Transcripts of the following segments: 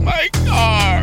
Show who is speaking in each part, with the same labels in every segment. Speaker 1: My car.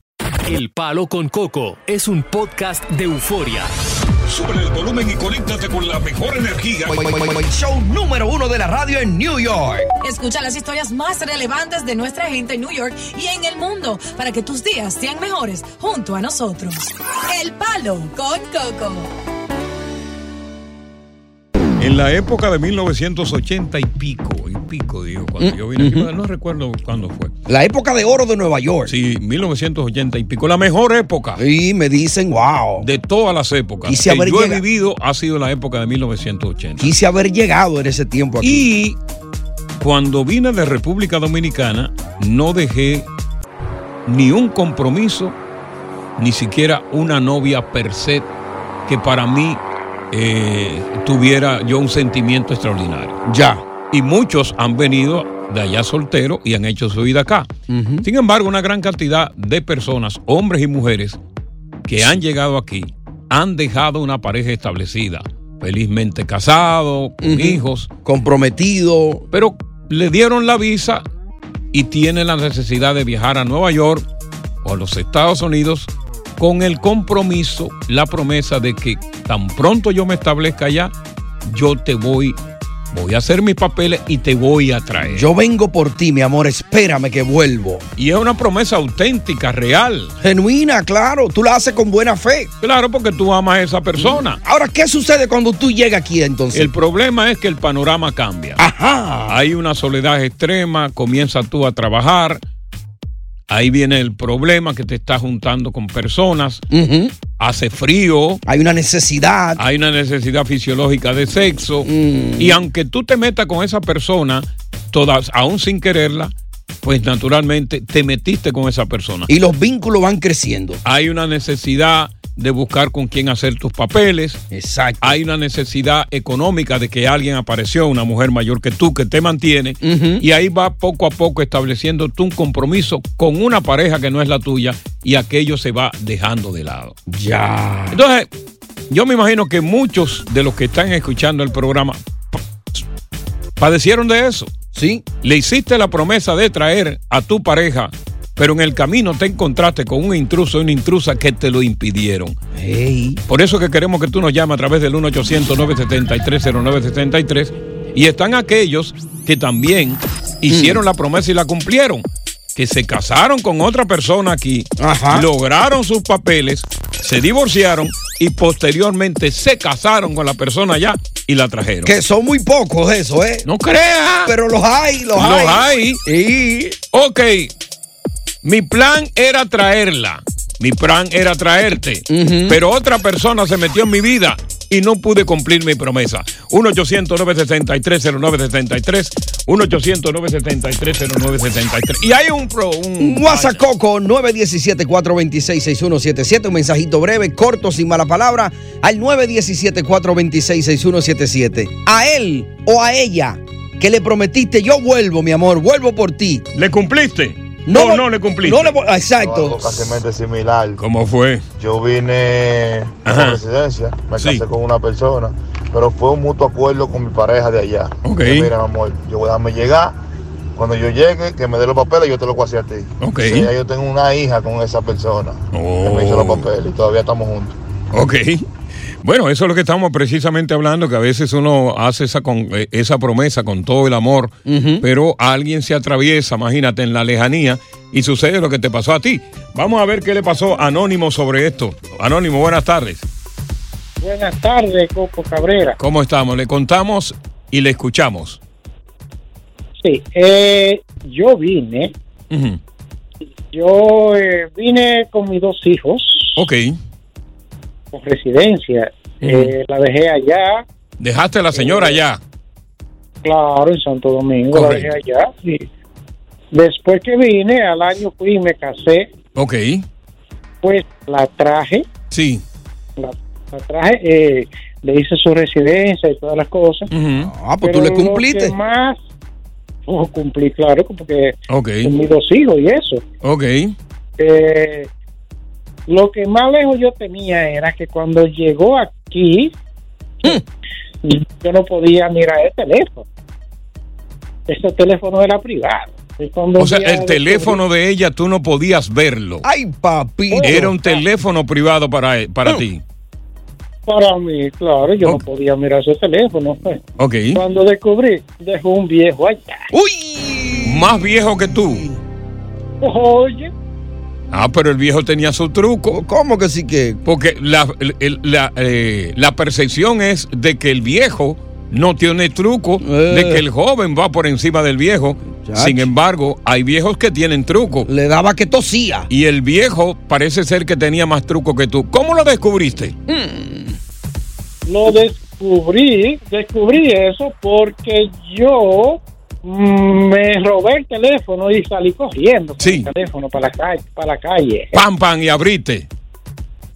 Speaker 2: El Palo con Coco es un podcast de euforia.
Speaker 3: Sube el volumen y conéctate con la mejor energía.
Speaker 4: Show número uno de la radio en New York.
Speaker 5: Escucha las historias más relevantes de nuestra gente en New York y en el mundo para que tus días sean mejores junto a nosotros. El Palo con Coco.
Speaker 6: En la época de 1980 y pico, y pico, digo, cuando yo vine aquí, no recuerdo cuándo fue.
Speaker 4: La época de oro de Nueva York.
Speaker 6: Sí, 1980 y pico, la mejor época.
Speaker 4: Y me dicen, wow.
Speaker 6: De todas las épocas
Speaker 4: Quise
Speaker 6: que
Speaker 4: haber
Speaker 6: yo he
Speaker 4: llegado.
Speaker 6: vivido ha sido la época de 1980.
Speaker 4: Quise haber llegado en ese tiempo aquí.
Speaker 6: Y cuando vine de República Dominicana, no dejé ni un compromiso, ni siquiera una novia per se, que para mí eh, tuviera yo un sentimiento extraordinario.
Speaker 4: ya.
Speaker 6: y muchos han venido de allá solteros y han hecho su vida acá.
Speaker 4: Ujú.
Speaker 6: Sin embargo, una gran cantidad de personas, hombres y mujeres, que han llegado aquí, han dejado una pareja establecida, felizmente casado, con
Speaker 4: Ujú.
Speaker 6: hijos,
Speaker 4: Comprometido.
Speaker 6: pero le dieron la visa y tienen la necesidad de viajar a Nueva York o a los Estados Unidos con el compromiso, la promesa de que tan pronto yo me establezca allá, yo te voy, voy a hacer mis papeles y te voy a traer.
Speaker 4: Yo vengo por ti, mi amor. Espérame que vuelvo.
Speaker 6: Y es una promesa auténtica, real.
Speaker 4: Genuina, claro. Tú la haces con buena fe.
Speaker 6: Claro, porque tú amas a esa persona.
Speaker 4: Ahora, ¿qué sucede cuando tú llegas aquí entonces?
Speaker 6: El problema es que el panorama cambia.
Speaker 4: Ah. Ajá.
Speaker 6: Hay una soledad extrema, comienza tú a trabajar. Ahí viene el problema que te estás juntando con personas.
Speaker 4: Ujú.
Speaker 6: Hace frío,
Speaker 4: Hay una necesidad.
Speaker 6: hay una necesidad fisiológica de sexo.
Speaker 4: Mm.
Speaker 6: Y aunque tú te metas con esa persona, todas, aún sin quererla, pues naturalmente te metiste con esa persona.
Speaker 4: Y los vínculos van creciendo.
Speaker 6: Hay una necesidad de buscar con quién hacer tus papeles.
Speaker 4: Exacto.
Speaker 6: hay una necesidad económica de que alguien apareció, una mujer mayor que tú, que te mantiene,
Speaker 4: Ujú.
Speaker 6: y ahí va poco a poco estableciendo tú un compromiso con una pareja que no es la tuya y aquello se va dejando de lado.
Speaker 4: Ya.
Speaker 6: Entonces, yo me imagino que muchos de los que están escuchando el programa pa- padecieron de eso.
Speaker 4: Sí.
Speaker 6: Le hiciste la promesa de traer a tu pareja, pero en el camino te encontraste con un intruso y una intrusa que te lo impidieron.
Speaker 4: Ey.
Speaker 6: Por eso que queremos que tú nos llames a través del 1-800-973-0973. Y están aquellos que también hicieron la promesa y la cumplieron. Que se casaron con otra persona aquí,
Speaker 4: Ajá.
Speaker 6: lograron sus papeles, se divorciaron y posteriormente se casaron con la persona allá y la trajeron.
Speaker 4: Que son muy pocos eso, ¿eh?
Speaker 6: No creas.
Speaker 4: Pero los hay, los,
Speaker 6: Los hay.
Speaker 4: Y
Speaker 6: Ok, mi plan era traerla. Mi plan era traerte. Pero otra persona se metió en mi vida y no pude cumplir mi promesa. 1-800-973-0973. 1-800-973-0973. Y hay un, pro, un
Speaker 4: WhatsApp Coco 917-426-6177. Un mensajito breve, corto, sin mala palabra. Al 917-426-6177. A él o a ella que le prometiste, yo vuelvo, mi amor, vuelvo por ti.
Speaker 6: ¿Le cumpliste? No, no, no le cumpliste.
Speaker 4: No le, vo- exacto.
Speaker 7: Algo casi similar.
Speaker 6: ¿Cómo fue?
Speaker 7: Yo vine a
Speaker 6: Ajá.
Speaker 7: la residencia, me
Speaker 6: Sí.
Speaker 7: casé con una persona, pero fue un mutuo acuerdo con mi pareja de allá.
Speaker 6: Ok.
Speaker 7: Que, Mira, mi amor, yo voy a darme llegar. Cuando yo llegue, que me dé los papeles, yo te lo hacer a ti.
Speaker 6: Ok. Oh.
Speaker 7: Sí, ya yo tengo una hija con esa persona. Que me hizo los papeles y todavía estamos juntos.
Speaker 6: Ok. Bueno, eso es lo que estamos precisamente hablando, que a veces uno hace esa, con, eh, esa promesa con todo el amor, pero alguien se atraviesa, imagínate, en la lejanía y sucede lo que te pasó a ti. Vamos a ver qué le pasó a Anónimo sobre esto. Anónimo, buenas tardes.
Speaker 8: Buenas tardes, Coco Cabrera.
Speaker 6: ¿Cómo estamos? Le contamos y le escuchamos.
Speaker 8: Sí, eh, yo vine,
Speaker 6: Ujú.
Speaker 8: yo eh, vine con mis dos hijos
Speaker 6: Ok.
Speaker 8: con residencia.
Speaker 6: Mm.
Speaker 8: Eh, la dejé allá,
Speaker 6: Dejaste a la señora ya.
Speaker 8: claro, en Santo Domingo, la
Speaker 6: Correcto.
Speaker 8: dejé allá. sí. Después que vine, al año fui y me casé,
Speaker 6: Ok.
Speaker 8: pues la traje,
Speaker 6: Sí.
Speaker 8: la, la traje, eh, le hice su residencia y todas las cosas.
Speaker 4: Ah, pues tú le
Speaker 8: Pero lo
Speaker 4: cumpliste.
Speaker 8: que más, oh, cumplí, claro, porque
Speaker 6: Ok.
Speaker 8: con mis dos hijos y eso.
Speaker 6: Ok.
Speaker 8: Eh, lo que más lejos yo tenía era que cuando llegó aquí, yo no podía mirar el teléfono. Ese teléfono era privado. Y cuando
Speaker 6: O sea,
Speaker 8: ya
Speaker 6: el
Speaker 8: descubrí-
Speaker 6: teléfono de ella tú no podías verlo.
Speaker 4: Ay, Mm. papi.
Speaker 6: Era un teléfono privado para, para ti.
Speaker 8: Para mí, claro, yo no podía mirar ese teléfono.
Speaker 6: Ok.
Speaker 8: Cuando descubrí, dejó un viejo allá.
Speaker 6: Más viejo que tú.
Speaker 8: Oye,
Speaker 6: Ah, pero el viejo tenía su truco.
Speaker 4: ¿Cómo que sí que?
Speaker 6: Porque la, el- el- la, eh, la percepción es de que el viejo no tiene truco,
Speaker 4: Eh.
Speaker 6: de que el joven va por encima del viejo. Sin embargo, hay viejos que tienen truco.
Speaker 4: Le daba que tosía.
Speaker 6: Y el viejo parece ser que tenía más truco que tú. ¿Cómo lo descubriste?
Speaker 8: lo descubrí, descubrí eso porque yo mm, me robé el teléfono y salí corriendo con el teléfono para la calle, para la calle.
Speaker 6: Pam, pam, y abriste.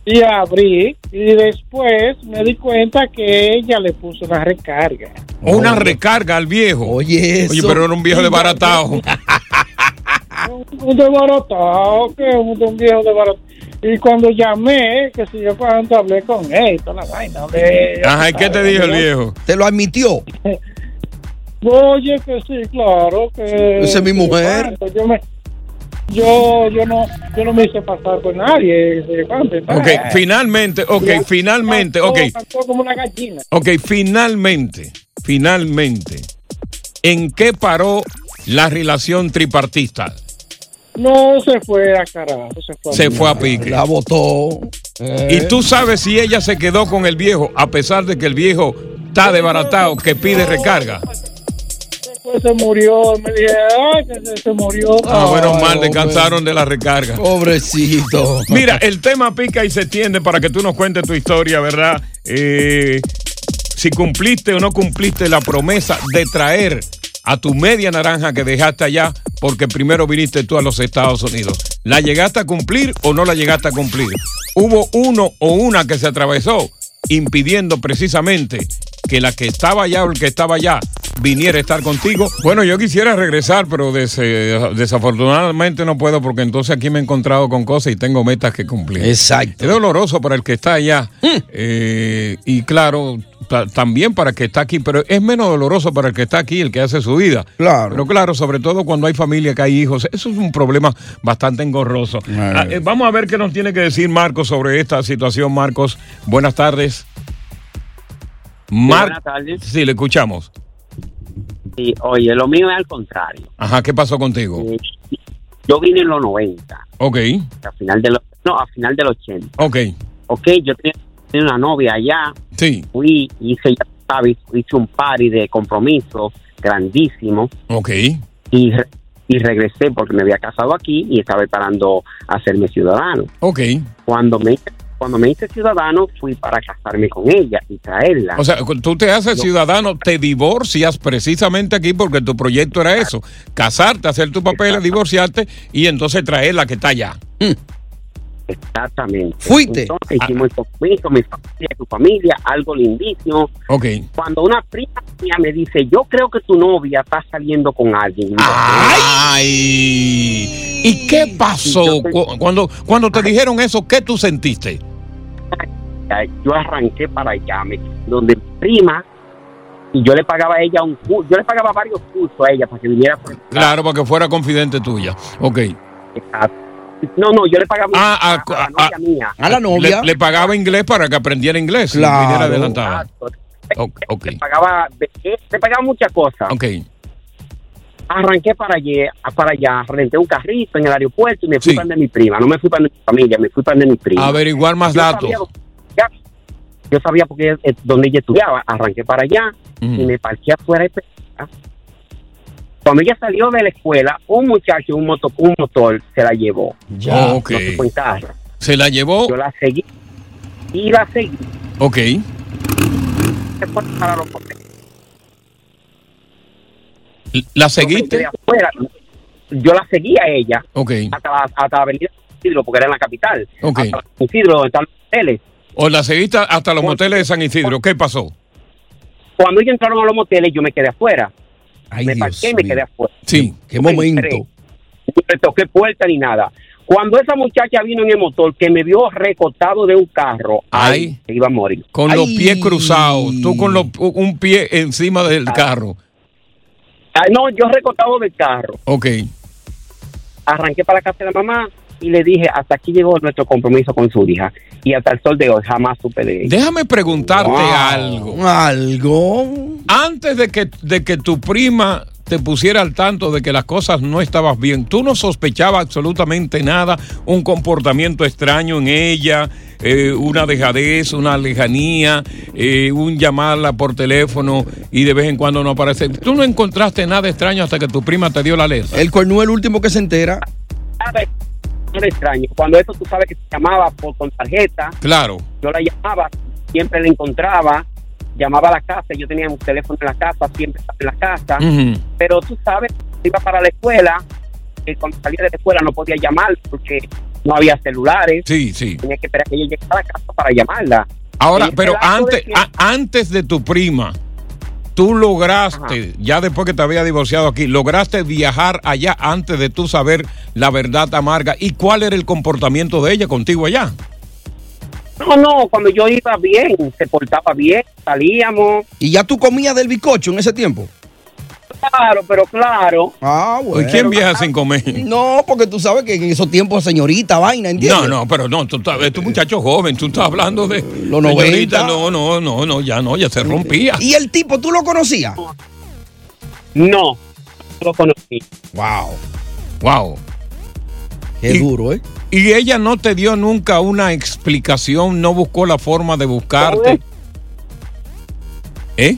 Speaker 8: y abrí y después me di cuenta que ella le puso una recarga.
Speaker 6: Una recarga al viejo. Oye, Oye, pero era un viejo desbaratado. Ah.
Speaker 8: Un desbaratado, que un, un viejo desbaratado. Y cuando llamé, que si yo cuando hablé con él, toda la vaina, hablé,
Speaker 6: Ajá, ¿y ¿qué te dijo el viejo?
Speaker 4: Te lo admitió.
Speaker 8: Oye, que sí, claro, que...
Speaker 4: Esa es mi mujer.
Speaker 8: que Yo, me- yo, yo, no, yo no me hice pasar por nadie. que cuánto, y tal.
Speaker 6: Ok, finalmente, ok, finalmente,
Speaker 8: Todo
Speaker 6: ok.
Speaker 8: cantó como una gallina.
Speaker 6: Ok, finalmente, finalmente, ¿en qué paró la relación tripartista?
Speaker 8: No, se fue a carajo, se fue a
Speaker 6: Se fue a pique. La
Speaker 4: votó.
Speaker 6: Y tú sabes si ella se quedó con el viejo, a pesar de que el viejo está desbaratado, que pide recarga.
Speaker 8: Después Pues se murió, me dije, ay, que se, se murió.
Speaker 6: Ah, menos mal, descansaron de la recarga.
Speaker 4: Pobrecito.
Speaker 6: Mira, el tema pica y se extiende para que tú nos cuentes tu historia, ¿verdad? Eh, si cumpliste o no cumpliste la promesa de traer a tu media naranja que dejaste allá porque primero viniste tú a los Estados Unidos. ¿La llegaste a cumplir o no la llegaste a cumplir? Hubo uno o una que se atravesó impidiendo precisamente que la que estaba allá o el que estaba allá viniera a estar contigo. Bueno, yo quisiera regresar, pero des- eh, desafortunadamente no puedo porque entonces aquí me he encontrado con cosas y tengo metas que cumplir. Exacto. Mm. Es doloroso para el que está allá eh, y claro, ta- también para el que está aquí, pero es menos doloroso para el que está aquí, el que hace su vida. Claro. Pero claro, sobre todo cuando hay familia, que hay hijos, eso es un problema bastante engorroso. Ah, eh, vamos a ver qué nos tiene que decir Marcos sobre esta situación, Marcos. Buenas tardes. Marcos.
Speaker 9: buenas tardes.
Speaker 6: Sí, le escuchamos.
Speaker 9: Sí, oye, lo mío es al contrario. Eh,
Speaker 6: Ajá, ¿qué pasó contigo?
Speaker 9: Yo vine en los 90,
Speaker 6: Ok,
Speaker 9: a final de los, no, a final del 80.
Speaker 6: ok,
Speaker 9: Ok, yo tenía, tenía una novia allá,
Speaker 6: sí,
Speaker 9: fui, hice, ya sabes, hice un party de compromiso grandísimo
Speaker 6: ok.
Speaker 9: y, re- y regresé porque me había casado aquí y estaba esperando a hacerme ciudadano.
Speaker 6: Ok.
Speaker 9: Cuando me,
Speaker 8: cuando me hice ciudadano, fui para casarme con ella y traerla.
Speaker 6: O sea, tú te haces ciudadano, te divorcias precisamente aquí porque tu proyecto era eso, casarte, hacer tu papel, divorciarte y entonces traerla que está allá. Mm,
Speaker 8: Exactamente.
Speaker 6: Fuiste.
Speaker 8: Entonces hicimos el compromiso, mi familia, tu familia, algo lindísimo.
Speaker 6: Ok.
Speaker 8: Cuando una prima mía me dice, yo creo que tu novia está saliendo con alguien. Y yo,
Speaker 6: Ah. ¡Ay! ¿Y qué pasó? Cu- Cuando, cuando te dijeron eso, ¿qué tú sentiste?
Speaker 8: "Ay, Yo arranqué para allá, me- donde mi prima, y yo le pagaba a ella un curso, yo le pagaba varios cursos a ella para que viniera. por-
Speaker 6: Claro, para que fuera confidente tuya. Ok.
Speaker 8: No, no, yo le pagaba
Speaker 6: ah, a, a-
Speaker 8: novia mía.
Speaker 6: a la novia. Le, le pagaba inglés para que aprendiera inglés. y
Speaker 8: Claro.
Speaker 6: viniera adelantada. O- ok.
Speaker 8: Le pagaba, le pagaba muchas cosas.
Speaker 6: Ok.
Speaker 8: Arranqué para allá, para allá, renté un carrito en el aeropuerto y me fui para donde mi prima. No me fui para donde mi familia, me fui para donde mi prima.
Speaker 6: Averiguar más
Speaker 8: Yo
Speaker 6: datos.
Speaker 8: sabía- ya, yo sabía porque es- es donde ella estudiaba. Arranqué para allá
Speaker 6: Mm.
Speaker 8: y me parqué afuera. de Pereira. Cuando ella salió de la escuela, un muchacho, un, moto, un motor, se la llevó.
Speaker 6: Ya, ok.
Speaker 8: No se fue en carro.
Speaker 6: Se la llevó.
Speaker 8: Yo la seguí. Y la seguí.
Speaker 6: Ok.
Speaker 8: Se fue para los hoteles.
Speaker 6: ¿La
Speaker 8: Yo
Speaker 6: seguiste?
Speaker 8: me quedé afuera. Yo la seguí a ella.
Speaker 6: Ok.
Speaker 8: Hasta la, hasta la avenida San Isidro, porque era en la capital.
Speaker 6: Ok.
Speaker 8: Hasta San Isidro, donde están los hoteles.
Speaker 6: ¿O la seguiste hasta los moteles de San Isidro? ¿Qué pasó?
Speaker 8: Cuando ellos entraron a los moteles, yo me quedé afuera. me parqué y me quedé afuera.
Speaker 6: Sí,
Speaker 8: qué momento. No le toqué puerta ni nada. Cuando esa muchacha vino en el motor, que me vio recortado de un carro,
Speaker 6: Ay.
Speaker 8: se iba a morir.
Speaker 6: Con los pies cruzados. Tú con los- un pie encima
Speaker 8: Ah.
Speaker 6: del carro.
Speaker 8: Ay, Ah, no, yo recortado del carro.
Speaker 6: Ok.
Speaker 8: Arranqué para la casa de la mamá y le dije, hasta aquí llegó nuestro compromiso con su hija. Y hasta el sol de hoy jamás supe de ella.
Speaker 6: Déjame preguntarte
Speaker 8: Wow.
Speaker 6: algo. Algo. Antes de que, de que tu prima te pusiera al tanto de que las cosas no estabas bien, tú no sospechabas absolutamente nada, un comportamiento extraño en ella, eh, una dejadez, una lejanía, eh, un llamarla por teléfono y de vez en cuando no aparece. Tú no encontraste nada extraño hasta que tu prima te dio la alerta.
Speaker 4: El cuerno es el último que se entera.
Speaker 8: Era extraño. Cuando eso tú sabes que se llamaba por, con tarjeta,
Speaker 6: Claro.
Speaker 8: yo la llamaba, siempre la encontraba, llamaba a la casa, yo tenía un teléfono en la casa, siempre estaba en la casa,
Speaker 6: Ujú.
Speaker 8: pero tú sabes, iba para la escuela, eh, cuando salía de la escuela no podía llamar porque no había celulares,
Speaker 6: Sí, sí.
Speaker 8: tenía que esperar que ella llegara a la casa para llamarla.
Speaker 6: Ahora,
Speaker 8: En ese
Speaker 6: pero
Speaker 8: lapso de
Speaker 6: antes, a- antes de tu prima, tú lograste, ya después que te había divorciado aquí, lograste viajar allá antes de tú saber la verdad amarga y cuál era el comportamiento de ella contigo allá.
Speaker 8: No, no, cuando yo iba bien, se portaba bien, salíamos.
Speaker 4: ¿Y ya tú comías del bizcocho en ese tiempo?
Speaker 8: Claro, pero claro.
Speaker 4: Ah,
Speaker 6: ¿Y
Speaker 4: bueno.
Speaker 6: quién viaja sin comer?
Speaker 4: No, porque tú sabes que en esos tiempos, señorita, vaina, ¿entiendes?
Speaker 6: No, no, pero no, tú, estás- tú muchacho joven, tú estás hablando de...
Speaker 4: Los 90.
Speaker 6: Señorita, No, no, no, no, ya no, ya se rompía.
Speaker 4: ¿Y el tipo, tú lo conocías?
Speaker 8: No, lo conocí.
Speaker 4: Wow.
Speaker 6: Wow.
Speaker 4: Qué duro, ¿eh?
Speaker 6: Y ella no te dio nunca una explicación, no buscó la forma de buscarte. ¿Eh?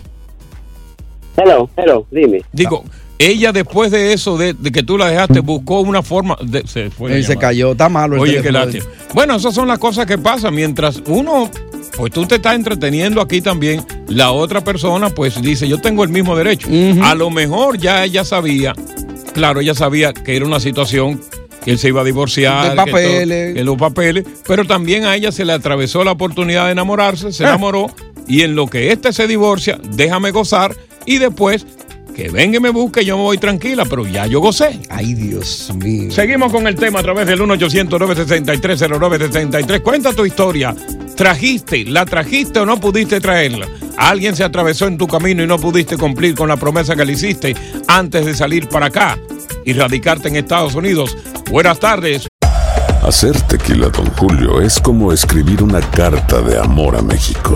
Speaker 8: Hello, hello, dime.
Speaker 6: Digo, ella después de eso, de, de que tú la dejaste, buscó una forma. De, se fue. la
Speaker 4: Él Eh, se
Speaker 6: llamada.
Speaker 4: cayó, está malo. el
Speaker 6: Oye, qué
Speaker 4: teléfono.
Speaker 6: lástima. Bueno, esas son las cosas que pasan. Mientras uno, pues tú te estás entreteniendo aquí también, la otra persona, pues dice, yo tengo el mismo derecho. A lo mejor ya ella sabía, claro, ella sabía que era una situación que él se iba a divorciar.
Speaker 4: De
Speaker 6: que todo-
Speaker 4: papeles.
Speaker 6: que los papeles. Pero también a ella se le atravesó la oportunidad de enamorarse,
Speaker 4: Ah.
Speaker 6: se enamoró. Y en lo que este se divorcia, déjame gozar. Y después, que venga y me busque, yo me voy tranquila, pero ya yo gocé.
Speaker 4: Ay, Dios mío.
Speaker 6: Seguimos con el tema a través del 1 800 963 0963 Cuenta tu historia. ¿Trajiste, la trajiste o no pudiste traerla? ¿Alguien se atravesó en tu camino y no pudiste cumplir con la promesa que le hiciste antes de salir para acá y radicarte en Estados Unidos? Buenas tardes.
Speaker 10: Hacer tequila, Don Julio, es como escribir una carta de amor a México.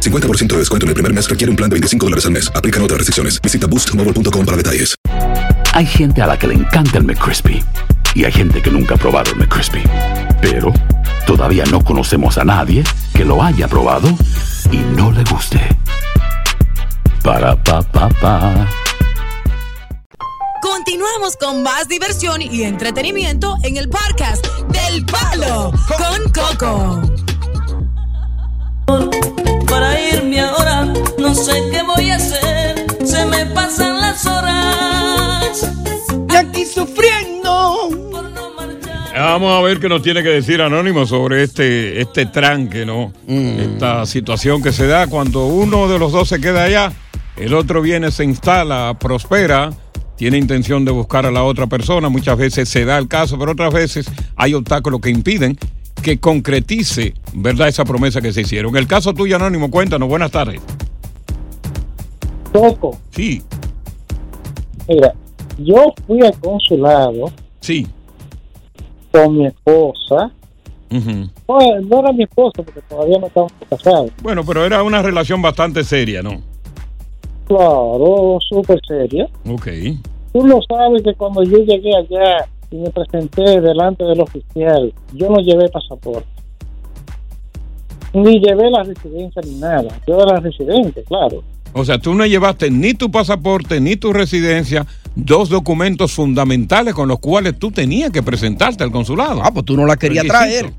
Speaker 11: 50% de descuento en el primer mes requiere un plan de 25 dólares al mes. Aplican otras restricciones. Visita boostmobile.com para detalles.
Speaker 12: Hay gente a la que le encanta el McCrispy y hay gente que nunca ha probado el McCrispy. Pero todavía no conocemos a nadie que lo haya probado y no le guste. Para pa pa pa.
Speaker 5: Continuamos con más diversión y entretenimiento en el podcast del Palo con Coco.
Speaker 13: Para irme ahora, no sé qué voy a hacer. Se me pasan las horas.
Speaker 4: Y aquí sufriendo.
Speaker 6: Eh, Vamos a ver qué nos tiene que decir Anónimo sobre este, este tranque, ¿no? Esta situación que se da cuando uno de los dos se queda allá, el otro viene, se instala, prospera, tiene intención de buscar a la otra persona. Muchas veces se da el caso, pero otras veces hay obstáculos que impiden que concretice, ¿verdad?, esa promesa que se hicieron. El caso tuyo, Anónimo, cuéntanos. Buenas tardes.
Speaker 8: Poco.
Speaker 6: Sí.
Speaker 8: Mira, yo fui al consulado
Speaker 6: Sí.
Speaker 8: con mi esposa.
Speaker 6: Ujú.
Speaker 8: No, eh, no era mi esposa porque todavía no estábamos casados.
Speaker 6: Bueno, pero era una relación bastante seria, ¿no?
Speaker 8: Claro, súper seria.
Speaker 6: Ok.
Speaker 8: Tú lo sabes que cuando yo llegué allá y me presenté delante del oficial, yo no llevé pasaporte. Ni llevé la residencia ni nada. Yo era residente, claro.
Speaker 6: O sea, tú no llevaste ni tu pasaporte ni tu residencia, dos documentos fundamentales con los cuales tú tenías que presentarte al consulado. Ah, pues tú no la
Speaker 4: querías traer.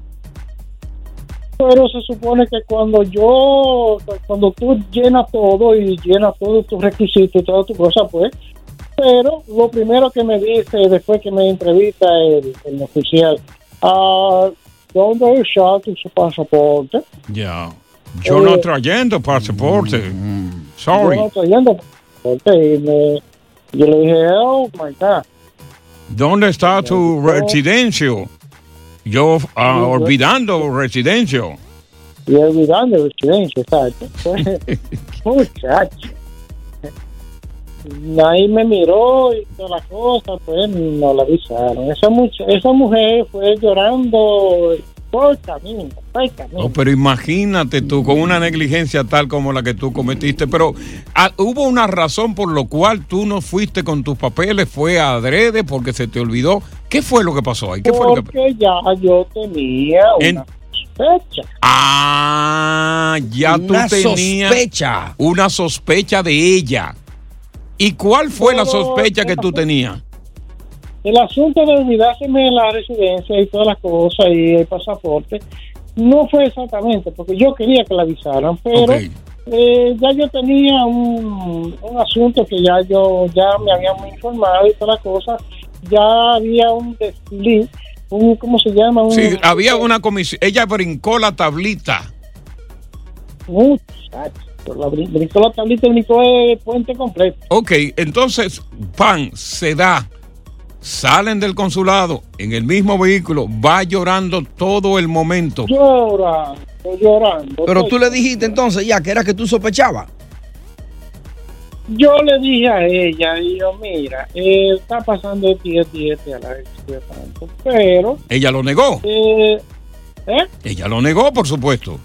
Speaker 8: Pero se supone que cuando yo, cuando tú llenas todo y llenas todos tus requisitos y toda tu cosa, pues. Pero lo primero que me dice después que me entrevista el, el oficial, ah, ¿dónde está tu pasaporte?
Speaker 6: Ya. Yo no
Speaker 8: Eh,
Speaker 6: trayendo pasaporte. Sorry.
Speaker 8: Yo no estoy yendo pasaporte y me- yo le dije, oh my God.
Speaker 6: ¿Dónde está tu residencia? Yo ah,
Speaker 8: Yo-
Speaker 6: olvidando residencia.
Speaker 8: Y olvidando el silencio, exacto. Pues, Muchacho. Ahí me miró y toda la cosa, pues no la avisaron. Esa, mucha, esa mujer fue llorando por el camino, por el camino.
Speaker 6: No, pero imagínate tú con una negligencia tal como la que tú cometiste. Pero ah, hubo una razón por lo cual tú no fuiste con tus papeles, fue adrede porque se te olvidó. ¿Qué fue lo que pasó ahí? ¿Qué fue lo que
Speaker 8: Porque ya yo tenía una
Speaker 6: En-
Speaker 8: sospecha.
Speaker 6: Ah, ya
Speaker 8: Una
Speaker 6: tú tenías
Speaker 8: sospecha.
Speaker 6: una sospecha de ella. ¿Y cuál fue la
Speaker 8: No,
Speaker 6: sospecha que
Speaker 8: no.
Speaker 6: tú tenías?
Speaker 8: El asunto de olvidárseme la residencia y todas las cosas y el pasaporte no fue exactamente, porque yo quería que la avisaran, pero eh, ya yo tenía un, un asunto que ya yo ya me habían informado y todas las cosas, ya había un desliz, un, ¿cómo se llama? Un,
Speaker 6: Sí, había una comisión. Ella brincó la tablita.
Speaker 8: Muchacho, la brin- brincó la tablita y brincó el puente completo.
Speaker 6: Ok, entonces, pan, se da. Salen del consulado en el mismo vehículo, va llorando todo el momento.
Speaker 8: Llorando, llorando.
Speaker 4: Pero tú le dijiste entonces ya que era que tú sospechabas.
Speaker 8: Yo le dije a ella, y yo, mira, eh, está pasando el 10, 10 a la vez, tanto, pero...
Speaker 6: Ella lo negó.
Speaker 8: Eh, ¿eh?
Speaker 6: Ella lo negó, por supuesto.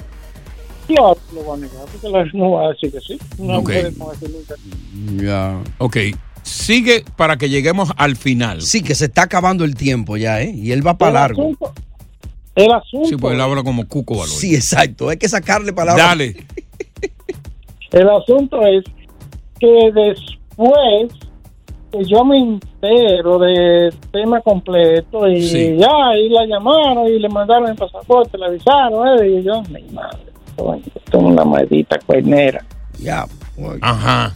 Speaker 8: Claro, lo va a negar, porque la, no va a decir que sí. Una
Speaker 6: Ok.
Speaker 8: mujer no va a decir nunca.
Speaker 6: Ok, sigue para que lleguemos al final.
Speaker 4: Sí, que se está acabando el tiempo ya, ¿eh? Y él va para
Speaker 6: El
Speaker 4: largo.
Speaker 8: El asunto.
Speaker 6: Sí, pues él habla como cuco valor.
Speaker 4: Sí, exacto. Hay que sacarle palabras.
Speaker 6: Dale.
Speaker 8: El asunto es que después que yo me entero del tema completo y
Speaker 6: Sí.
Speaker 8: ya, y la llamaron y le mandaron el pasaporte, le avisaron, ¿eh? y yo, mi madre, esto es una maldita cuernera.
Speaker 4: Ya.
Speaker 6: Ajá.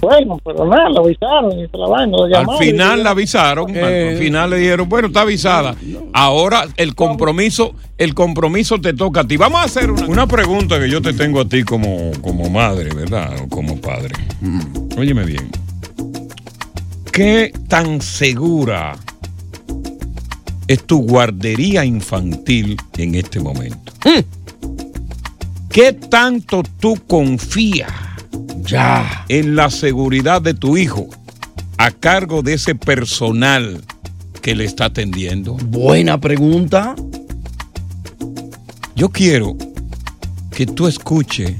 Speaker 8: Bueno, pero nada, la avisaron y trabajan, la
Speaker 6: Al
Speaker 8: llamaron.
Speaker 6: final la avisaron, al final le dijeron, bueno, está avisada. Ahora el compromiso, el compromiso te toca a ti. Vamos a hacer una, una pregunta que yo te tengo a ti como, como madre, ¿verdad? O como padre. Mm, Óyeme bien. ¿Qué tan segura es tu guardería infantil en este momento? Mm. ¿Qué tanto tú confías ya en la seguridad de tu hijo a cargo de ese personal que le está atendiendo?
Speaker 4: Buena pregunta.
Speaker 6: Yo quiero que tú escuches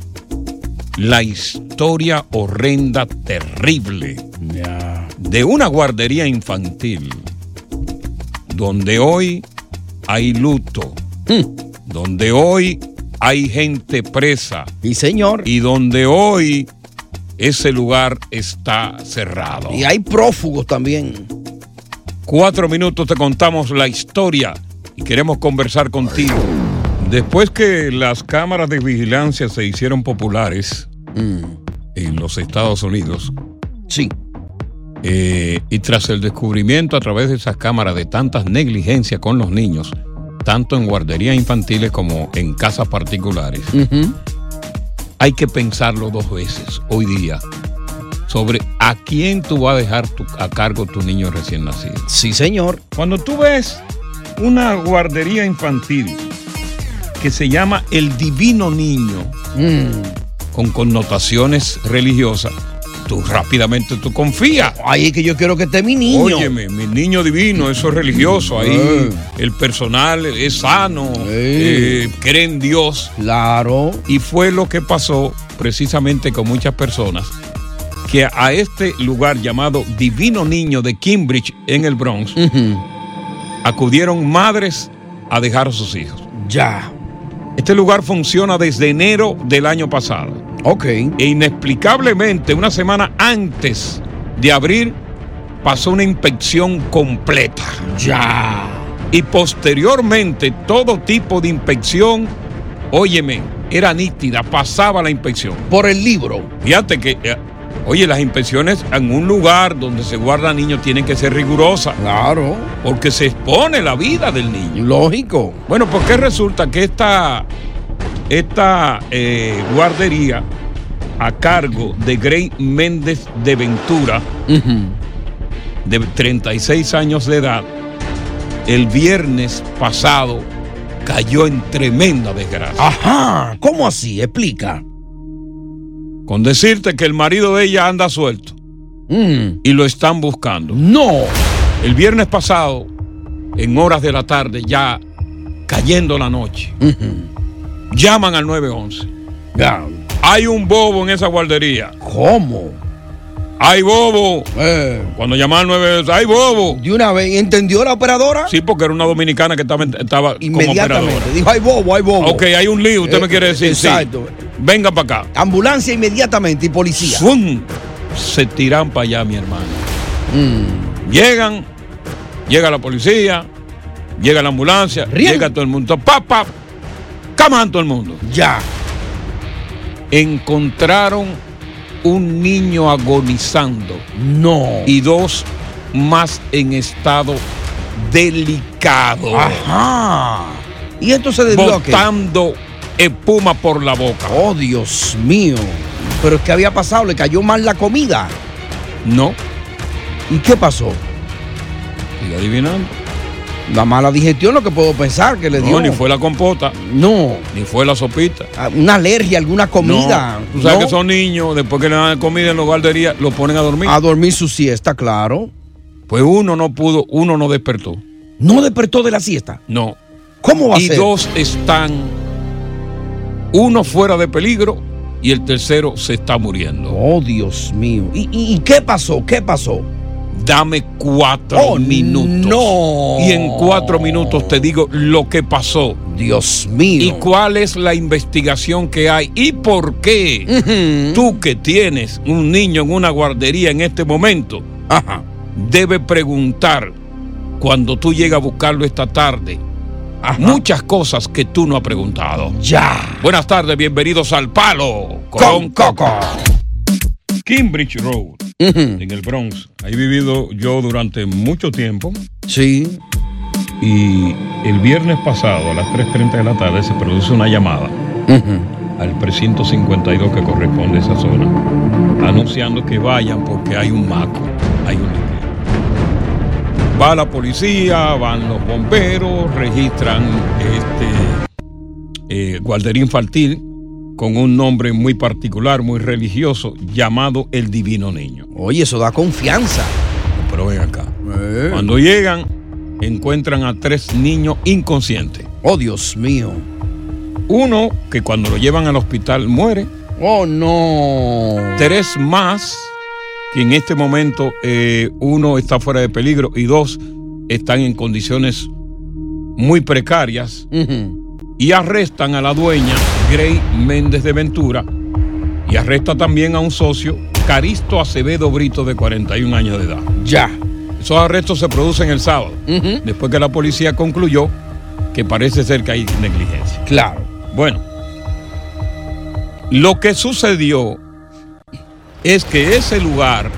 Speaker 6: la historia horrenda, terrible de una guardería infantil donde hoy hay luto,
Speaker 4: Mm.
Speaker 6: donde hoy hay gente presa.
Speaker 4: Y señor.
Speaker 6: Y donde hoy ese lugar está cerrado.
Speaker 4: Y hay prófugos también.
Speaker 6: Cuatro minutos te contamos la historia y queremos conversar contigo. Después que las cámaras de vigilancia se hicieron populares Mm. en los Estados Unidos. Eh,
Speaker 4: Sí.
Speaker 6: y tras el descubrimiento a través de esas cámaras de tantas negligencias con los niños, tanto en guarderías infantiles como en casas particulares, hay que pensarlo dos veces hoy día sobre a quién tú vas a dejar tu- a cargo tu niño recién nacido.
Speaker 4: Sí, señor.
Speaker 6: Cuando tú ves una guardería infantil que se llama El Divino Niño, con connotaciones religiosas, tú rápidamente tú confías.
Speaker 4: Ahí es que yo quiero que esté mi niño.
Speaker 6: Óyeme, mi niño divino, eso es religioso. Ahí
Speaker 4: Eh.
Speaker 6: el personal es sano, eh, cree en Dios.
Speaker 4: Claro.
Speaker 6: Y fue lo que pasó precisamente con muchas personas que a este lugar llamado Divino Niño de Cambridge en el Bronx acudieron madres a dejar a sus hijos.
Speaker 4: Ya.
Speaker 6: Este lugar funciona desde enero del año pasado.
Speaker 4: Ok.
Speaker 6: E inexplicablemente, una semana antes de abrir, pasó una inspección completa.
Speaker 4: Ya.
Speaker 6: Y posteriormente, todo tipo de inspección, óyeme, era nítida, pasaba la inspección.
Speaker 4: Por el libro.
Speaker 6: Fíjate que, eh, oye, las inspecciones en un lugar donde se guarda niños tienen que ser rigurosas.
Speaker 4: Claro.
Speaker 6: Porque se expone la vida del niño.
Speaker 4: Lógico.
Speaker 6: Bueno, porque resulta que esta, esta eh, guardería a cargo de Grey Méndez de Ventura, de 36 años de edad, el viernes pasado cayó en tremenda desgracia.
Speaker 4: Ajá. Ah, ¿Cómo así? Explica.
Speaker 6: Con decirte que el marido de ella anda suelto y lo están buscando.
Speaker 4: Mm. No.
Speaker 6: El viernes pasado, en horas de la tarde, ya cayendo la noche, llaman al 911.
Speaker 4: Ya.
Speaker 6: Hay un bobo en esa guardería.
Speaker 4: ¿Cómo? Eh.
Speaker 6: Hay bobo. Cuando llamaban nueve veces, hay bobo.
Speaker 4: De una vez, ¿entendió la operadora?
Speaker 6: Sí, porque era una dominicana que estaba, estaba como
Speaker 4: Inmediatamente.
Speaker 6: operadora.
Speaker 4: Dijo, hay bobo, hay bobo.
Speaker 6: Ok, hay un lío, usted
Speaker 4: Eh,
Speaker 6: me quiere decir. sí.
Speaker 4: Exacto.
Speaker 6: Venga para acá.
Speaker 4: Ambulancia inmediatamente y policía.
Speaker 6: ¡Fum! Se tiran para allá, mi hermano. Llegan, llega la policía, llega la ambulancia, llega todo el mundo. ¡Pap, pap! ¡Caman todo el mundo!
Speaker 4: Ya.
Speaker 6: Encontraron un niño agonizando
Speaker 4: No.
Speaker 6: y dos más en estado delicado.
Speaker 4: Ajá.
Speaker 6: Ah.
Speaker 4: Y esto se debió a qué?
Speaker 6: Botando espuma por la boca.
Speaker 4: Oh, Dios mío. Pero es que había pasado, le cayó mal la comida.
Speaker 6: No.
Speaker 4: ¿Y qué pasó?
Speaker 6: Y adivinando.
Speaker 4: La mala digestión, lo que puedo pensar que le dio.
Speaker 6: No, ni fue la compota,
Speaker 4: No.
Speaker 6: ni fue la sopita.
Speaker 4: Ah, Una alergia, alguna comida.
Speaker 6: No. Tú sabes
Speaker 4: ¿no?
Speaker 6: que son niños, después que le dan comida en los guarderías, los ponen a dormir.
Speaker 4: A dormir su siesta, claro.
Speaker 6: Pues uno no pudo, uno no despertó.
Speaker 4: No despertó de la siesta.
Speaker 6: No.
Speaker 4: ¿Cómo va a
Speaker 6: y
Speaker 4: ser?
Speaker 6: dos están, uno fuera de peligro y el tercero se está muriendo.
Speaker 4: Oh, Dios mío. ¿Y, y- y qué pasó? ¿Qué pasó?
Speaker 6: Dame cuatro
Speaker 4: Oh,
Speaker 6: minutos.
Speaker 4: no.
Speaker 6: Y en cuatro minutos te digo lo que pasó.
Speaker 4: Dios
Speaker 6: ¿Y
Speaker 4: mío.
Speaker 6: cuál es la investigación que hay? ¿Y por qué tú que tienes un niño en una guardería en este momento, debe preguntar cuando tú llegas a buscarlo esta tarde? Muchas cosas que tú no has preguntado.
Speaker 4: Ya.
Speaker 6: Buenas tardes, bienvenidos al Palo
Speaker 4: Con Coco.
Speaker 6: Cambridge Road, en el Bronx. Ahí he vivido yo durante mucho tiempo.
Speaker 4: Sí.
Speaker 6: Y el viernes pasado, a las 3.30 de la tarde, se produce una llamada al 352 que corresponde a esa zona, anunciando que vayan porque hay un maco, hay un liqueo. Va la policía, van los bomberos, registran este eh, guardería infantil con un nombre muy particular, muy religioso, llamado el Divino Niño.
Speaker 4: Oye, eso da confianza.
Speaker 6: Pero ven acá. Cuando llegan, encuentran a tres niños inconscientes.
Speaker 4: Oh, Dios mío.
Speaker 6: Uno que cuando lo llevan al hospital muere.
Speaker 4: Oh, no.
Speaker 6: Tres más que en este momento eh, uno está fuera de peligro y dos están en condiciones muy precarias. Y arrestan a la dueña, Gray Méndez de Ventura, y arresta también a un socio, Caristo Acevedo Brito, de 41 años de edad.
Speaker 4: Ya.
Speaker 6: Esos arrestos se producen el sábado, después que la policía concluyó que parece ser que hay negligencia.
Speaker 4: Claro.
Speaker 6: Bueno, lo que sucedió es que ese lugar,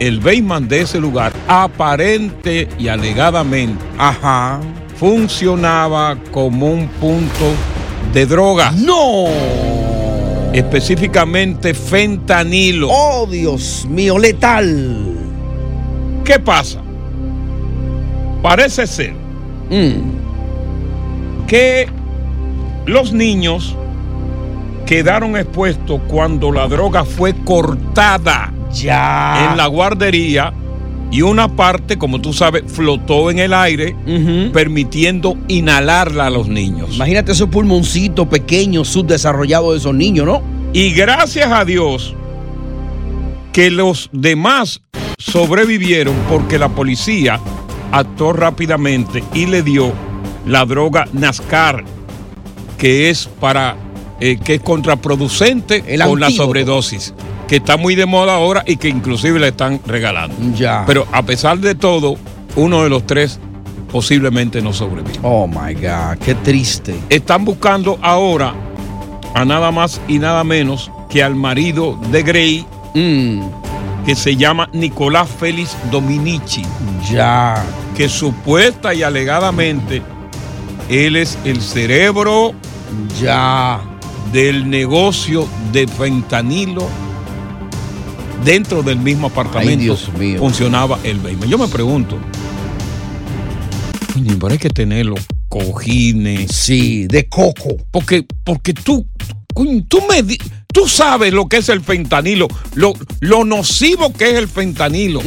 Speaker 6: el Bayman de ese lugar, aparente y alegadamente,
Speaker 4: ajá,
Speaker 6: funcionaba como un punto de droga.
Speaker 4: ¡No!
Speaker 6: Específicamente fentanilo.
Speaker 4: Oh, Dios mío, letal.
Speaker 6: ¿Qué pasa? Parece ser que los niños quedaron expuestos cuando la droga fue cortada
Speaker 4: Ya.
Speaker 6: en la guardería y una parte, como tú sabes, flotó en el aire, permitiendo inhalarla a los niños.
Speaker 4: Imagínate esos pulmoncitos pequeños, subdesarrollados de esos niños, ¿no?
Speaker 6: Y gracias a Dios que los demás sobrevivieron porque la policía actuó rápidamente y le dio la droga Nascar, que es para eh, que es contraproducente
Speaker 4: El
Speaker 6: con la
Speaker 4: antídoto.
Speaker 6: sobredosis, que está muy de moda ahora y que inclusive la están regalando.
Speaker 4: Ya.
Speaker 6: Pero a pesar de todo, uno de los tres posiblemente no sobrevive.
Speaker 4: Oh my God, qué triste.
Speaker 6: Están buscando ahora a nada más y nada menos que al marido de Grey,
Speaker 4: Mm.
Speaker 6: que se llama Nicolás Félix Dominici,
Speaker 4: Ya.
Speaker 6: que supuesta y alegadamente él es el cerebro
Speaker 4: Ya.
Speaker 6: del negocio de fentanilo dentro del mismo apartamento
Speaker 4: Dios mío.
Speaker 6: funcionaba el basement. Yo me pregunto, coño, pero hay que tenerlo cojines.
Speaker 4: Sí, de coco.
Speaker 6: Porque, porque tú, coño, tú me di- tú sabes lo que es el fentanilo, lo, lo nocivo que es el fentanilo.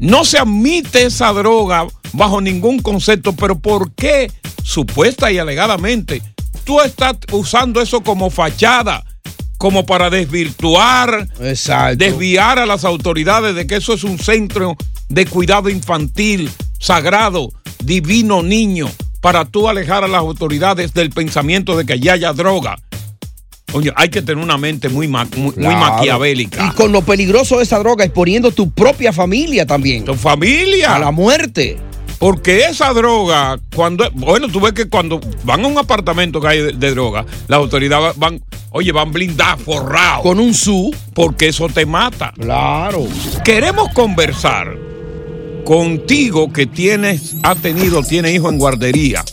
Speaker 6: No se admite esa droga bajo ningún concepto, pero ¿por qué supuesta y alegadamente tú estás usando eso como fachada, como para desvirtuar,
Speaker 4: Exacto.
Speaker 6: desviar a las autoridades de que eso es un centro de cuidado infantil, sagrado, divino niño, para tú alejar a las autoridades del pensamiento de que allá haya droga? Oye, hay que tener una mente muy, ma- muy, muy
Speaker 4: Claro.
Speaker 6: maquiavélica.
Speaker 4: Y con lo peligroso de esa droga, exponiendo tu propia familia también.
Speaker 6: Tu familia.
Speaker 4: A la muerte.
Speaker 6: Porque esa droga, cuando. Bueno, tú ves que cuando van a un apartamento que hay de, de droga, las autoridades van. Oye, van blindadas, forrados.
Speaker 4: Con un su.
Speaker 6: Porque eso te mata.
Speaker 4: Claro.
Speaker 6: Queremos conversar contigo que tienes, ha tenido, tiene hijo en guardería.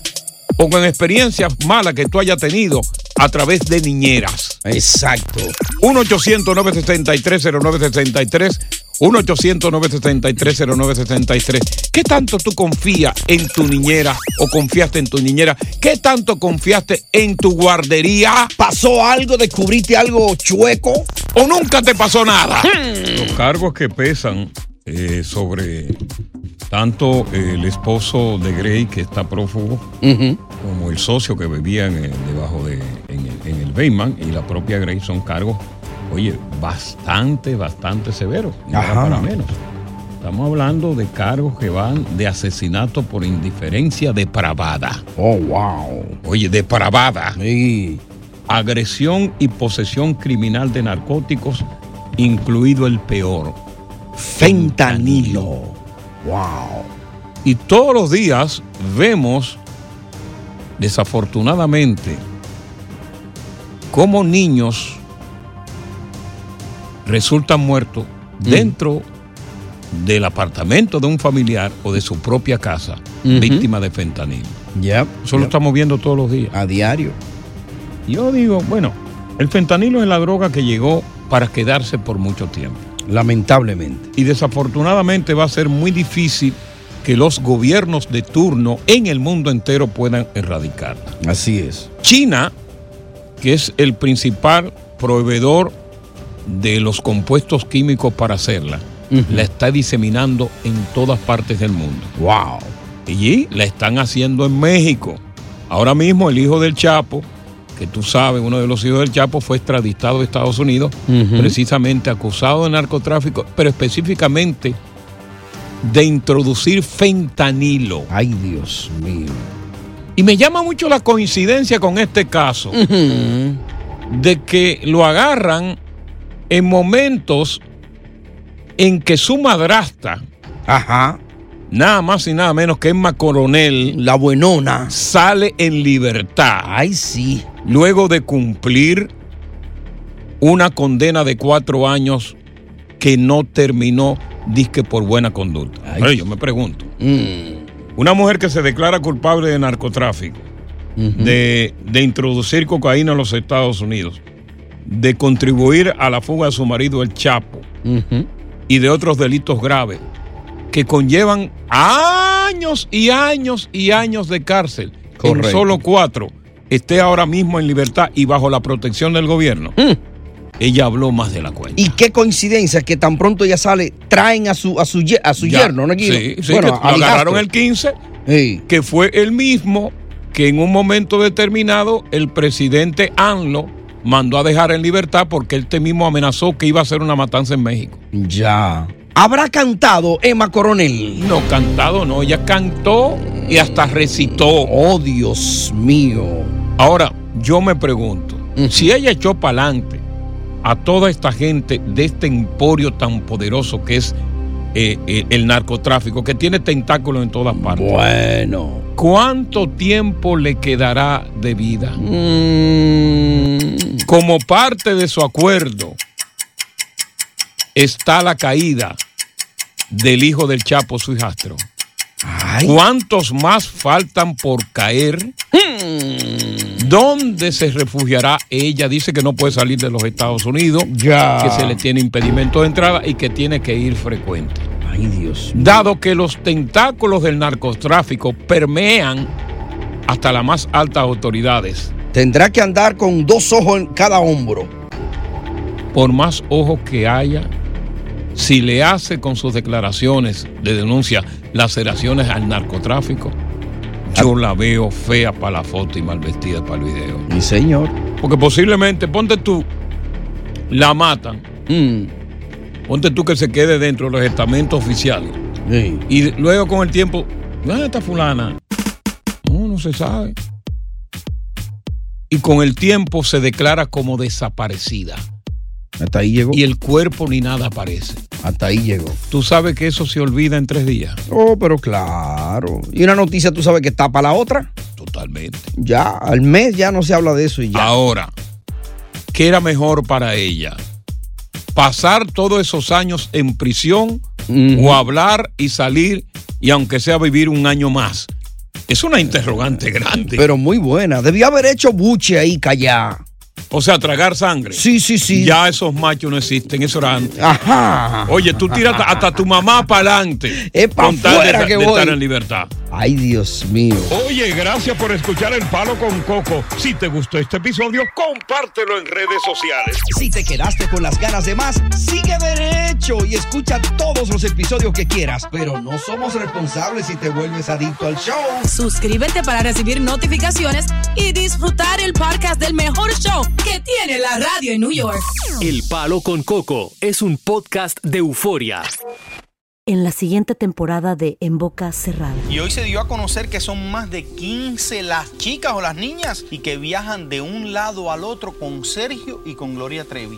Speaker 6: O con experiencias malas que tú hayas tenido a través de niñeras.
Speaker 4: Exacto.
Speaker 6: 1-800-963-0963. 1-800-963-0963. ¿Qué tanto tú confías en tu niñera o confiaste en tu niñera? ¿Qué tanto confiaste en tu guardería?
Speaker 4: ¿Pasó algo? ¿Descubriste algo chueco?
Speaker 6: ¿O nunca te pasó nada? Los cargos que pesan eh, sobre tanto eh, el esposo de Grey, que está prófugo, como el socio que bebía en el- debajo de, en el, en el Bayman y la propia Grey son cargos, oye, bastante, bastante severos, nada
Speaker 4: Ajá.
Speaker 6: para menos. Estamos hablando de cargos que van de asesinato por indiferencia depravada.
Speaker 4: Oh, wow.
Speaker 6: Oye, depravada.
Speaker 4: Sí.
Speaker 6: Agresión y posesión criminal de narcóticos, incluido el peor.
Speaker 4: Fentanilo. Wow.
Speaker 6: Y todos los días vemos, desafortunadamente, cómo niños resultan muertos
Speaker 4: Mm.
Speaker 6: dentro del apartamento de un familiar o de su propia casa,
Speaker 4: Ujú.
Speaker 6: víctima de fentanilo.
Speaker 4: Ya.
Speaker 6: Eso lo estamos viendo todos los días.
Speaker 4: A diario.
Speaker 6: Yo digo, bueno, el fentanilo es la droga que llegó para quedarse por mucho tiempo.
Speaker 4: Lamentablemente.
Speaker 6: Y desafortunadamente va a ser muy difícil que los gobiernos de turno en el mundo entero puedan erradicarla.
Speaker 4: Así es.
Speaker 6: China, que es el principal proveedor de los compuestos químicos para hacerla, la está diseminando en todas partes del mundo.
Speaker 4: ¡Wow!
Speaker 6: Y la están haciendo en México. Ahora mismo el hijo del Chapo, que tú sabes, uno de los hijos del Chapo fue extraditado de Estados Unidos,
Speaker 4: Ujú.
Speaker 6: precisamente acusado de narcotráfico, pero específicamente de introducir fentanilo.
Speaker 4: Ay, Dios mío.
Speaker 6: Y me llama mucho la coincidencia con este caso de que lo agarran en momentos en que su madrastra, nada más y nada menos que Emma Coronel,
Speaker 4: la buenona,
Speaker 6: sale en libertad.
Speaker 4: Ay, sí.
Speaker 6: Luego de cumplir una condena de cuatro años que no terminó, disque por buena conducta. Pero yo me pregunto, una mujer que se declara culpable de narcotráfico, de, de introducir cocaína a los Estados Unidos, de contribuir a la fuga de su marido el Chapo y de otros delitos graves que conllevan años y años y años de cárcel.
Speaker 4: Correcto.
Speaker 6: En solo cuatro esté ahora mismo en libertad y bajo la protección del gobierno. Ella habló más de la cuenta.
Speaker 4: Y qué coincidencia que tan pronto ya sale, traen a su, a su, ye- a su
Speaker 6: Ya,
Speaker 4: yerno, ¿no, Guido?
Speaker 6: Sí, sí,
Speaker 4: Bueno,
Speaker 6: que lo
Speaker 4: al
Speaker 6: agarraron
Speaker 4: gasto.
Speaker 6: el 15, que fue el mismo que en un momento determinado el presidente ANLO mandó a dejar en libertad porque él te mismo amenazó que iba a hacer una matanza en México.
Speaker 4: Ya. ¿Habrá cantado Emma Coronel?
Speaker 6: No, cantado no, ella cantó y hasta recitó. Oh,
Speaker 4: Dios mío.
Speaker 6: Ahora, yo me pregunto, si ella echó para adelante a toda esta gente de este emporio tan poderoso que es eh, eh, el narcotráfico, que tiene tentáculos en todas partes.
Speaker 4: Bueno.
Speaker 6: ¿Cuánto tiempo le quedará de vida? Como parte de su acuerdo está la caída del hijo del Chapo, su hijastro. ¿Cuántos más faltan por caer? ¿Dónde se refugiará ella? Dice que no puede salir de los Estados Unidos,
Speaker 4: Ya.
Speaker 6: que se le tiene impedimento de entrada y que tiene que ir frecuente.
Speaker 4: Ay, Dios.
Speaker 6: Dado que los tentáculos del narcotráfico permean hasta las más altas autoridades,
Speaker 4: Tendrá que andar con dos ojos en cada hombro.
Speaker 6: por más ojos que haya, si le hace con sus declaraciones de denuncia laceraciones al narcotráfico, yo la veo fea para la foto y mal vestida para el video.
Speaker 4: Mi señor.
Speaker 6: Porque posiblemente, ponte tú, la matan. Ponte tú que se quede dentro de los estamentos oficiales. Y luego con el tiempo, ¿dónde está fulana? No, no se sabe. Y con el tiempo se declara como desaparecida.
Speaker 4: Hasta ahí llegó.
Speaker 6: Y el cuerpo ni nada aparece.
Speaker 4: Hasta ahí llegó.
Speaker 6: Tú sabes que eso se olvida en tres días.
Speaker 4: Oh, pero claro. Y una noticia, tú sabes que tapa la otra.
Speaker 6: Totalmente.
Speaker 4: Ya, al mes ya no se habla de eso y ya.
Speaker 6: Ahora, ¿qué era mejor para ella? ¿Pasar todos esos años en prisión o hablar y salir y aunque sea vivir un año más? Es una interrogante grande.
Speaker 4: Pero muy buena. Debió haber hecho buche ahí, callá.
Speaker 6: O sea, tragar sangre.
Speaker 4: Sí, sí, sí.
Speaker 6: Ya esos machos no existen, eso era antes.
Speaker 4: Ajá.
Speaker 6: Oye, tú tiras hasta- hasta tu mamá para adelante.
Speaker 4: Es pa' afuera
Speaker 6: de,
Speaker 4: que
Speaker 6: de
Speaker 4: voy.
Speaker 6: estar en libertad.
Speaker 4: Ay, Dios mío.
Speaker 3: Oye, gracias por escuchar El Palo con Coco. Si te gustó este episodio, compártelo en redes sociales.
Speaker 4: Si te quedaste con las ganas de más, sigue derecho y escucha todos los episodios que quieras. Pero no somos responsables si te vuelves adicto al show.
Speaker 5: Suscríbete para recibir notificaciones y disfrutar el podcast del mejor show que tiene la radio en New York.
Speaker 2: El Palo con Coco es un podcast de euforia.
Speaker 14: En la siguiente temporada de En Boca Cerrada.
Speaker 15: Y hoy se dio a conocer que son más de 15 las chicas o las niñas y que viajan de un lado al otro con Sergio y con Gloria Trevi.